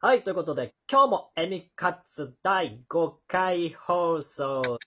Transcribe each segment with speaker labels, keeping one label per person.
Speaker 1: はい、ということで、今日もエミカッツ第5回放送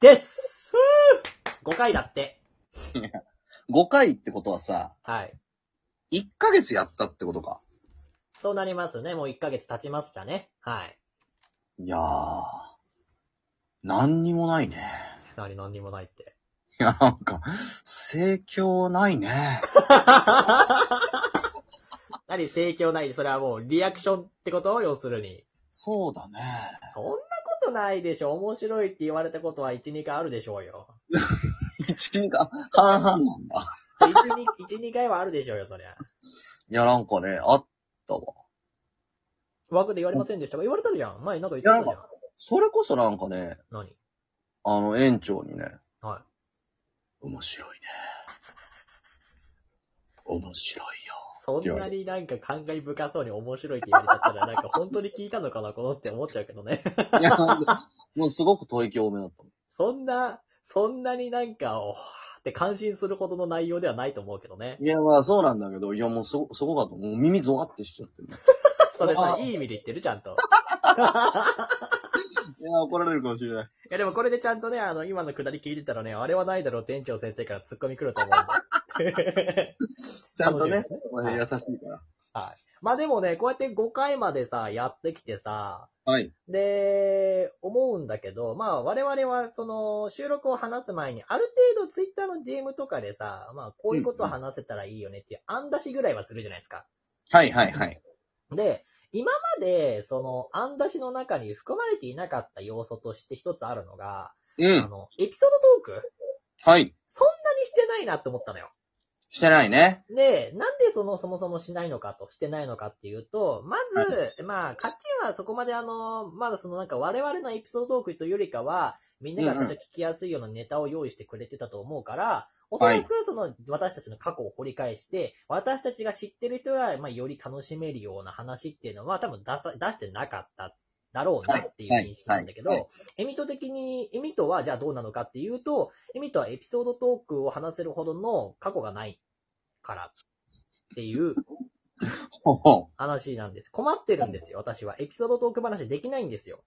Speaker 1: です。5回だって。
Speaker 2: 5回ってことはさ、
Speaker 1: はい。
Speaker 2: 1ヶ月やったってことか。
Speaker 1: そうなりますね。もう1ヶ月経ちましたね。はい。
Speaker 2: いやー、何にもないね。
Speaker 1: 何、何にもないって。
Speaker 2: いや、なんか、盛況ないね。
Speaker 1: 何、盛況ないそれはもうリアクションってこと要するに。
Speaker 2: そうだね。
Speaker 1: そんなことないでしょ。面白いって言われたことは1、2回あるでしょうよ。
Speaker 2: 一日が半々なんだ。
Speaker 1: 1、2、一二回はあるでしょうよ、そりゃ。
Speaker 2: いや、なんかね、あったわ。
Speaker 1: 枠で言われませんでしたか言われたじゃん。前なんか言ってたじゃん。
Speaker 2: それこそなんかね、
Speaker 1: 何
Speaker 2: あの、園長にね、
Speaker 1: はい。
Speaker 2: 面白いね。面白いよ。
Speaker 1: そんなになんか感慨深そうに面白いって言われちゃったら、なんか本当に聞いたのかな、このって思っちゃうけどね。
Speaker 2: いや、もうすごく吐息多めだった。
Speaker 1: そんな、そんなになんか、おーって感心するほどの内容ではないと思うけどね。
Speaker 2: いや、まあそうなんだけど、いや、もうすご、すごかった。もう耳ゾワってしちゃってる。
Speaker 1: それさ
Speaker 2: あ、ー
Speaker 1: いい意味で言ってる、ちゃんと。
Speaker 2: いや、怒られるかもしれない。
Speaker 1: いや、でもこれでちゃんとね、あの、今のくだり聞いてたらね、あれはないだろう、店長先生から突っ込み来ると思うんで。
Speaker 2: ちゃんと
Speaker 1: 楽しみで
Speaker 2: ね
Speaker 1: すね、
Speaker 2: これ優しいから。
Speaker 1: はい。 まあでもね、こうやって5回までさ、やってきてさ、
Speaker 2: はい。
Speaker 1: で、思うんだけど、まあ我々はその収録を話す前にある程度ツイッターの DM とかでさ、まあこういうことを話せたらいいよねっていう案出しぐらいはするじゃないですか。
Speaker 2: はいはいはい。
Speaker 1: で、今までその案出しの中に含まれていなかった要素として一つあるのが、
Speaker 2: う
Speaker 1: あ
Speaker 2: ん。
Speaker 1: の、エピソードトーク
Speaker 2: はい。
Speaker 1: そんなにしてないなって思ったのよ。
Speaker 2: してないね。
Speaker 1: で、なんでその、そもそもしないのかと、してないのかっていうと、まず、まあ、カッチンはそこまであの、まだそのなんか我々のエピソードトークというよりかは、みんながちゃんと聞きやすいようなネタを用意してくれてたと思うから、おそらくその私たちの過去を掘り返して、私たちが知ってる人が、まあ、より楽しめるような話っていうのは多分出さ、出してなかっただろうなっていう認識なんだけ
Speaker 2: はいは
Speaker 1: ど、エミト的に、エミトはじゃあどうなのかっていうと、エミトはエピソードトークを話せるほどの過去がないからっていう
Speaker 2: ほうほ
Speaker 1: 話なんです。困ってるんですよ、私は。エピソードトーク話できないんですよ。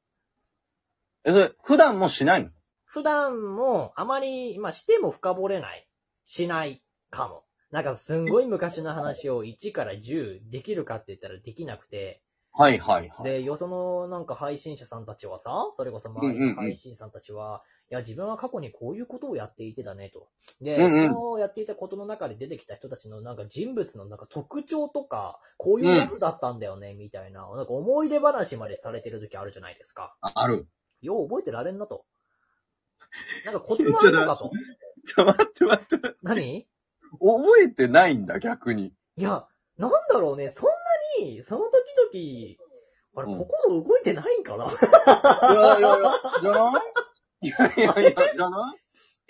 Speaker 2: う。え、それ、普段もしないの
Speaker 1: 普段もあまり、まあ、しても深掘れない。しないかも。なんかすんごい昔の話を1から10できるかって言ったらできなくて、
Speaker 2: はいはいはい。
Speaker 1: で、よそのなんか配信者さんたちはさ、それこそ周り
Speaker 2: うんうんう
Speaker 1: の
Speaker 2: ん
Speaker 1: 配信者さんたちは、いや、自分は過去にこういうことをやっていてだねと。で、
Speaker 2: うんうん
Speaker 1: そのやっていたことの中で出てきた人たちのなんか人物のなんか特徴とか、こういうやつだったんだよね、みたいな、なんか思い出話までされてる時あるじゃないですか。
Speaker 2: あある。
Speaker 1: よう覚えてられんなと。なんかコツはあるのかと。
Speaker 2: ちょ、待って待って。
Speaker 1: 何
Speaker 2: 覚えてないんだ、逆に。
Speaker 1: いや、なんだろうね、そんなに、その時々、あれ、
Speaker 2: うん
Speaker 1: 心動いてないんかな、
Speaker 2: いやいやいや、じゃないいやいやいや、じゃない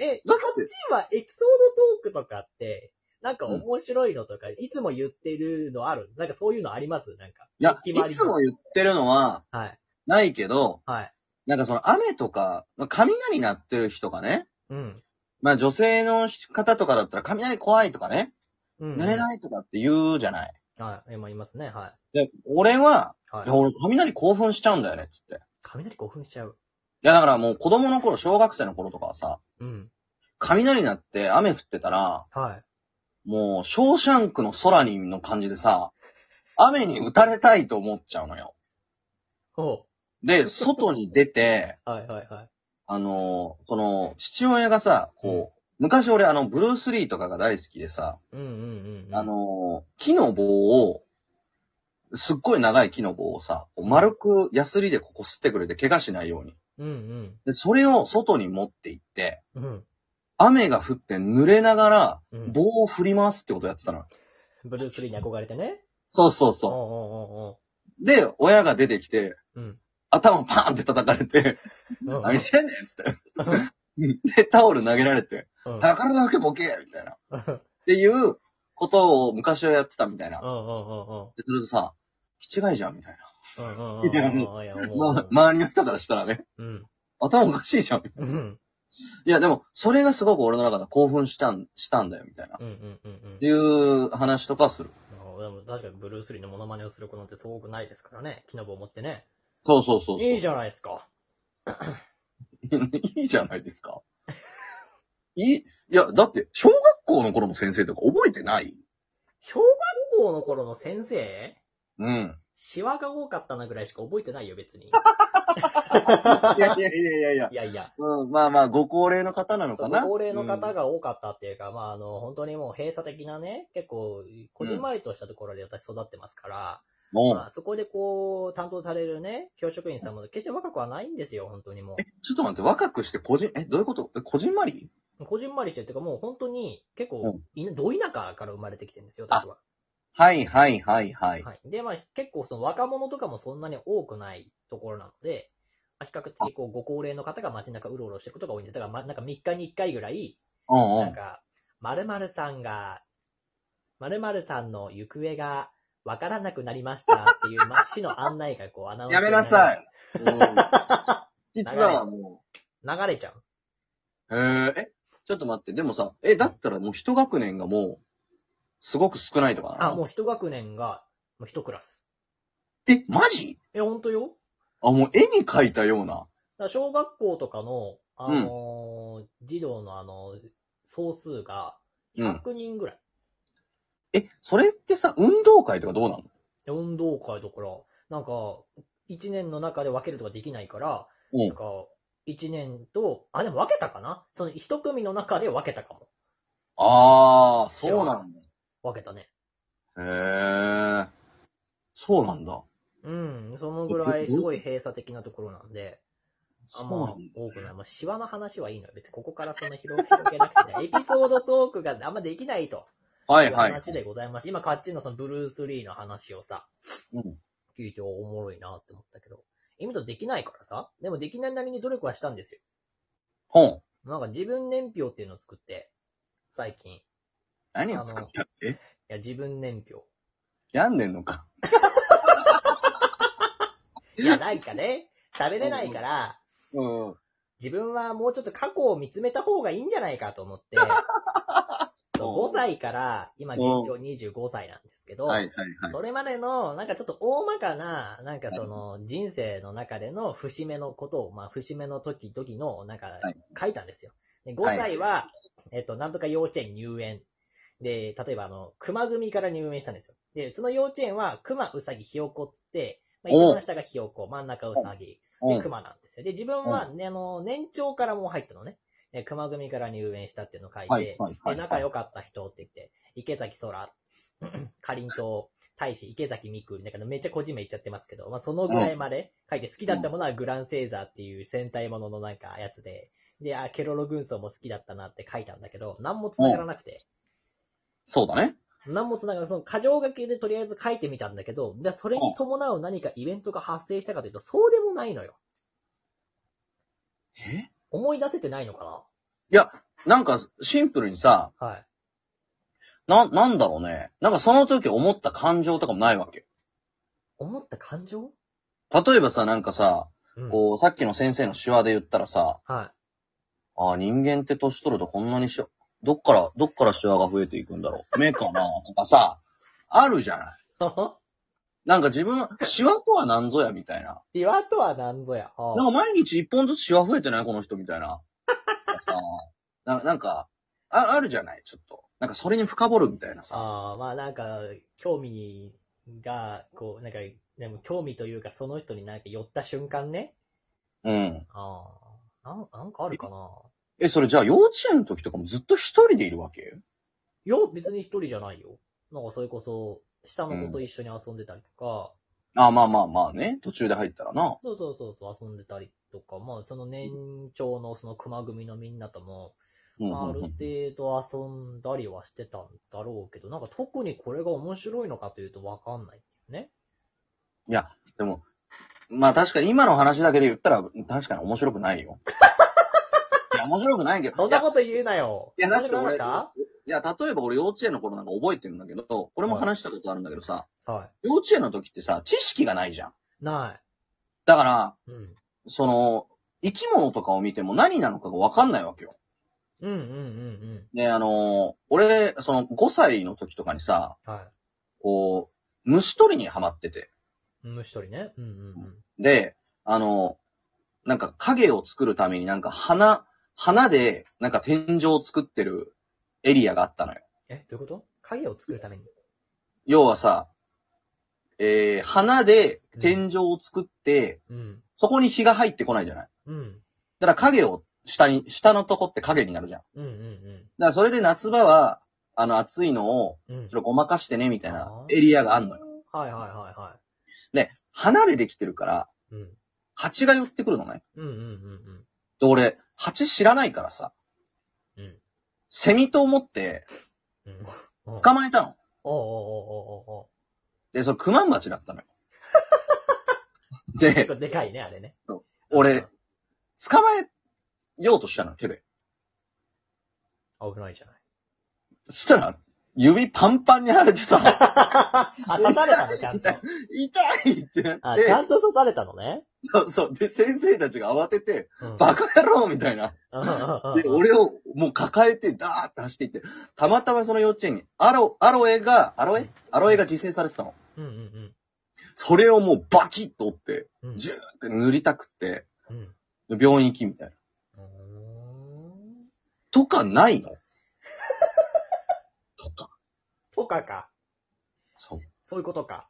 Speaker 1: え、カ
Speaker 2: だ
Speaker 1: ッ
Speaker 2: って
Speaker 1: チンはエピソードトークとかって、なんか面白いのとか、いつも言ってるのあるなんかそういうのありますなんか。
Speaker 2: いや、
Speaker 1: 決まりま
Speaker 2: い
Speaker 1: す
Speaker 2: つも言ってるのは、
Speaker 1: はい。
Speaker 2: ないけど、
Speaker 1: はい。
Speaker 2: なんかその雨とか、まあ雷鳴ってる日とかね。
Speaker 1: うん。
Speaker 2: まあ女性の方とかだったら雷怖いとかね。
Speaker 1: うん。
Speaker 2: 濡れないとかって言うじゃない。
Speaker 1: はい。今いますね。は
Speaker 2: で、俺は、
Speaker 1: い。はい
Speaker 2: いや、。俺、雷興奮しちゃうんだよね、つって。い
Speaker 1: 雷興奮しちゃう。
Speaker 2: や、だからもう子供の頃、小学生の頃とかはさ、
Speaker 1: うん。
Speaker 2: 雷鳴って雨降ってたら、
Speaker 1: はい。
Speaker 2: もう、ショーシャンクの空にの感じでさ、雨に打たれたいと思っちゃうのよ。
Speaker 1: おう
Speaker 2: で、外に出て、
Speaker 1: はいはいはい。
Speaker 2: あのーその、父親がさ、こう、昔俺あの、ブルース・リーとかが大好きでさ、
Speaker 1: うんうんうん。
Speaker 2: あ、のー木の棒を、すっごい長い木の棒をさ、こう丸くヤスリでここ吸ってくれて怪我しないように。
Speaker 1: うん
Speaker 2: で、それを外に持って行って、
Speaker 1: うん。うん。
Speaker 2: 雨が降って濡れながら、
Speaker 1: うん
Speaker 2: 棒を振り回すってことやってたの。
Speaker 1: ブルース・リーに憧れてね。
Speaker 2: そうそう
Speaker 1: おう
Speaker 2: そ
Speaker 1: おうおうお
Speaker 2: う。で、親が出てきて、
Speaker 1: う。うん。
Speaker 2: 頭パーンって叩かれて、
Speaker 1: うん
Speaker 2: 何してんねんっつって。 で、タオル投げられて、
Speaker 1: うん。うん。うん
Speaker 2: 宝だけボケみたいな。っていうことを昔はやってたみたいな。で、
Speaker 1: うん
Speaker 2: それとさ、気違いじゃんみたい
Speaker 1: うんうん。うんうんうんうん。いや、もう。いや、
Speaker 2: な。ま
Speaker 1: もう。
Speaker 2: 周りの人からしたらね、
Speaker 1: うん。
Speaker 2: 頭おかしいじゃん。
Speaker 1: うんうん
Speaker 2: いや、でも、それがすごく俺の中で興奮したん、したんだよ、みたいな。っ
Speaker 1: うんうんうん。
Speaker 2: ていう話とかする。
Speaker 1: あでも確かにブルース・リーのモノマネをする子なんてそう多くないですからね。木の棒を持ってね。
Speaker 2: そうそうそうそう。
Speaker 1: いいじゃないですか。
Speaker 2: いいじゃないですか。いい、いや、だって、小学校の頃の先生とか覚えてない
Speaker 1: 小学校の頃の先生
Speaker 2: うん。
Speaker 1: シワが多かったなぐらいしか覚えてないよ、別 に。
Speaker 2: いやいやいやいやいや。
Speaker 1: いやいや。
Speaker 2: うん、まあまあ、ご高齢の方なの
Speaker 1: そ
Speaker 2: か
Speaker 1: う
Speaker 2: な。
Speaker 1: ご高齢の
Speaker 2: う
Speaker 1: 方
Speaker 2: ん
Speaker 1: が多かったっていうか、まあ、あの、本当にもう閉鎖的なね、結構、こじんまりとしたところで私育ってますから、
Speaker 2: も
Speaker 1: ま
Speaker 2: う、
Speaker 1: あ、そこでこう、担当されるね、教職員さんも決して若くはないんですよ、本当にも
Speaker 2: ちょっと待って、若くして個人、え、どういうことえこじんまり
Speaker 1: う。こじんまりしてるっていうか、もう本当に、結
Speaker 2: う
Speaker 1: 構、いなど田舎から生まれてきてるんですよ、私は。
Speaker 2: はいはいはいはい。
Speaker 1: はい。で、まあ、結構その若者とかもそんなに多くないところなので、まあ、比較的こう、ご高齢の方が街中うろうろしてることが多いんです。だから、ま、なんか3日に1回ぐらい、
Speaker 2: うんう
Speaker 1: なん
Speaker 2: ん。
Speaker 1: か、〇〇さんが、〇〇さんの行方がわからなくなりましたっていう、まあ、 市の案内がこう、アナウンス
Speaker 2: やめなさ
Speaker 1: い。
Speaker 2: い。 うんいつだわ、も
Speaker 1: 流れちゃう。
Speaker 2: う。へーえ、ちょっと待って、でもさ、え、だったらもう一学年がもう、すごく少ないとかな
Speaker 1: あ、もう一学年が、もう一クラス。
Speaker 2: え、マジ
Speaker 1: え、ほんとよ
Speaker 2: あ、もう絵に描いたような。
Speaker 1: だから小学校とかの、あのー児童のあの、総数が、100人ぐらい。
Speaker 2: え、それってさ、運動会とかどうなの
Speaker 1: で運動会だから、なんか、1年の中で分けるとかできないから、
Speaker 2: うん
Speaker 1: なんか、1年と、あ、でも分けたかなその一組の中で分けたかも。
Speaker 2: ああ、そうなんだ。
Speaker 1: 分けたね。
Speaker 2: へえ。そうなんだ。
Speaker 1: うん、そのぐらいすごい閉鎖的なところなんで、あん
Speaker 2: そうな
Speaker 1: ま
Speaker 2: んだ。
Speaker 1: 多くない。まあ、シワの話はいいのよ。別にここからそんな広げ広げな くて、エピソードトークがあんまできないと。
Speaker 2: はいいうはい。
Speaker 1: 話でございまして、今、カッチンのそのブルース・リーの話をさ、
Speaker 2: うん
Speaker 1: 聞いておもろいなって思ったけど、今とできないからさ、でもできないなりに努力はしたんですよ。
Speaker 2: ほん。
Speaker 1: なんか自分年表っていうのを作って、最近。い
Speaker 2: 何を作ったえ
Speaker 1: や、自分年表。
Speaker 2: やんねんのか。
Speaker 1: いや、なんかね、喋れないから、
Speaker 2: うん。
Speaker 1: 自分はもうちょっと過去を見つめた方がいいんじゃないかと思って、そう5歳から、今現状25歳なんですけど、
Speaker 2: はいはいはい。
Speaker 1: それまでの、なんかちょっと大まかな、なんかその、人生の中での節目のことを、まあ、節目の時々の、なんか
Speaker 2: はい、
Speaker 1: 書いたんですよ。で5
Speaker 2: はい
Speaker 1: 歳は、えっと、なんとか幼稚園入園。で、例えばあの、熊組から入園したんですよ。で、その幼稚園は、熊、うさぎ、ひよこっつって、まあ、一
Speaker 2: おう
Speaker 1: 番下がひよこ、真ん中うさぎ、
Speaker 2: う
Speaker 1: で、
Speaker 2: ん。
Speaker 1: 熊なんですよ。で、自分は、ね、あの、年長からもう入ったのね。で熊組から入園したっていうのを書いて、
Speaker 2: はいはいは
Speaker 1: で、
Speaker 2: い。
Speaker 1: 仲良かった人って言って、池崎 空、かりんとう、大使、池崎美久、なんかめっちゃ個人名言っちゃってますけど、まあそのぐらいまで書いて、好きだったものはグランセーザーっていう戦隊もののなんかやつで、で、あ、ケロロ軍曹も好きだったなって書いたんだけど、何も繋がらなくて、
Speaker 2: そうだね。
Speaker 1: 何も繋がらない、その過剰書きでとりあえず書いてみたんだけど、じゃあそれに伴う何かイベントが発生したかというと、そうでもないのよ。
Speaker 2: え
Speaker 1: 思い出せてないのか
Speaker 2: いや、なんか、シンプルにさ、
Speaker 1: なはい。
Speaker 2: な、なんだろうね。なんかその時思った感情とかもないわけ。
Speaker 1: 思った感情
Speaker 2: 例えばさ、なんかさ、
Speaker 1: うん。
Speaker 2: こう、さっきの先生の手話で言ったらさ、
Speaker 1: はい。
Speaker 2: ああ、人間って年取るとこんなにしわ、どっから、どっからシワが増えていくんだろう。目かなとかさ、あるじゃない。なんか自分は、シワとは何ぞやみたいな。
Speaker 1: ピワとは何ぞや。はあ
Speaker 2: なんか毎日一本ずつシワ増えてないこの人みたいな。 あーななんかあ、あるじゃないちょっと。なんかそれに深掘るみたいなさ。
Speaker 1: ああ、まあなんか、興味が、こう、なんか、でも興味というか、その人になんか寄った瞬間ね。
Speaker 2: うん。
Speaker 1: ああ、なんなんかあるかな。
Speaker 2: え、それじゃあ幼稚園の時とかもずっと一人でいるわけ
Speaker 1: いや、別に一人じゃないよ。なんかそれこそ、下の子と一緒に遊んでたりとか、
Speaker 2: あまあまあまあね。途中で入ったらな。
Speaker 1: そうそうそうそう、遊んでたりとか、まあその年長のその熊組のみんなとも、
Speaker 2: うん
Speaker 1: まああ
Speaker 2: うん
Speaker 1: る
Speaker 2: うん。
Speaker 1: 程度遊んだりはしてたんだろうけど、なんか特にこれが面白いのかというとわかんないね。
Speaker 2: いや、でも、まあ確かに今の話だけで言ったら、確かに面白くない よ。いや、面白くないけど。
Speaker 1: そんなこと言うなよ。
Speaker 2: いや、だって
Speaker 1: 面
Speaker 2: 俺、
Speaker 1: 白
Speaker 2: い
Speaker 1: くなか
Speaker 2: や、例えば俺幼稚園の頃なんか覚えてるんだけど、これも話したことあるんだけどさ、
Speaker 1: ったは
Speaker 2: 幼稚園の時ってさ、知識がないじゃん。
Speaker 1: い。な
Speaker 2: だから、
Speaker 1: い。うん。
Speaker 2: その、生き物とかを見ても何なのかがわかんないわけよ。
Speaker 1: うんうんうん
Speaker 2: で、あの、俺、その5歳の時とかにさ、
Speaker 1: うん。は
Speaker 2: こ虫取りにはまってて。
Speaker 1: 虫取りね。うん
Speaker 2: で、あの、なんか影を作るためになんか花、花でなんか天井を作ってるエリアがあったのよ。
Speaker 1: え、どういうこと影を作るために。
Speaker 2: 要はさ、えー、花で天井を作って、
Speaker 1: うん。
Speaker 2: そこに日が入ってこないじゃない。
Speaker 1: うん。
Speaker 2: だから影を下に、下のとこって影になるじゃん。だか
Speaker 1: うんうん
Speaker 2: らそれで夏場は、あの暑いのを、
Speaker 1: うん。うん
Speaker 2: ちょっとごまかしてね、みたい
Speaker 1: あ
Speaker 2: な
Speaker 1: ー
Speaker 2: エリアがあんのよ。
Speaker 1: はいはいはいは
Speaker 2: 花でできてるから、
Speaker 1: い。うん。
Speaker 2: 蜂が寄ってくるのね。
Speaker 1: うんうんうん
Speaker 2: で、俺、蜂知らないからさ、
Speaker 1: うん。うん
Speaker 2: セミと思って
Speaker 1: うん。おう
Speaker 2: 捕まえたの。
Speaker 1: おうおうおうおうおう
Speaker 2: で、それクマンバチだったのよ。
Speaker 1: 結
Speaker 2: で、
Speaker 1: 構でかいね、あれね。
Speaker 2: 俺、捕まえようとしたの、手で。
Speaker 1: あ。危ないじゃない。
Speaker 2: そしたら、指パンパンに腫れてさ、
Speaker 1: あ、刺されたの、ちゃんと。
Speaker 2: 痛いってなっ
Speaker 1: あ、
Speaker 2: て
Speaker 1: ちゃ、んと刺されたのね。
Speaker 2: そうそう。で、先生たちが慌てて、
Speaker 1: うん
Speaker 2: バカ野郎みたいな。で、
Speaker 1: 俺
Speaker 2: 俺をもう抱えて、ダーって走っていって、たまたまその幼稚園に、アロ、アロエが、アロエアロエが実践されてたの。
Speaker 1: うんうん
Speaker 2: それをもうバキッと折って、
Speaker 1: うん。うん
Speaker 2: ジューって塗りたくって、
Speaker 1: うん
Speaker 2: 病院行きみたいな。
Speaker 1: うーん。
Speaker 2: とかない のとか。
Speaker 1: とかか。
Speaker 2: そう。
Speaker 1: そういうことか。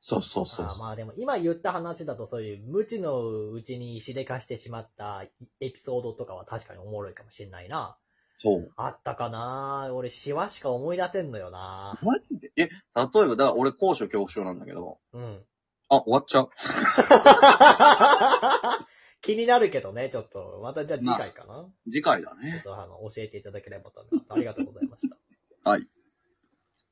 Speaker 2: そうそうそう
Speaker 1: あー
Speaker 2: そう。
Speaker 1: まあでも、今言った話だと、そういう無知のうちにしでかしてしまったエピソードとかは確かにおもろいかもしれないな。
Speaker 2: そう。
Speaker 1: あったかな俺、シワしか思い出せんのよな
Speaker 2: マジでえ、例えば、だから俺高所恐怖症なんだけど、
Speaker 1: うん。
Speaker 2: あ、終わっちゃう。
Speaker 1: 気になるけどね、ちょっと。またじゃあ次回かな、
Speaker 2: 次回だね
Speaker 1: ちょっ。とあの、教えていただければと思います。ありがとうございました。
Speaker 2: はい。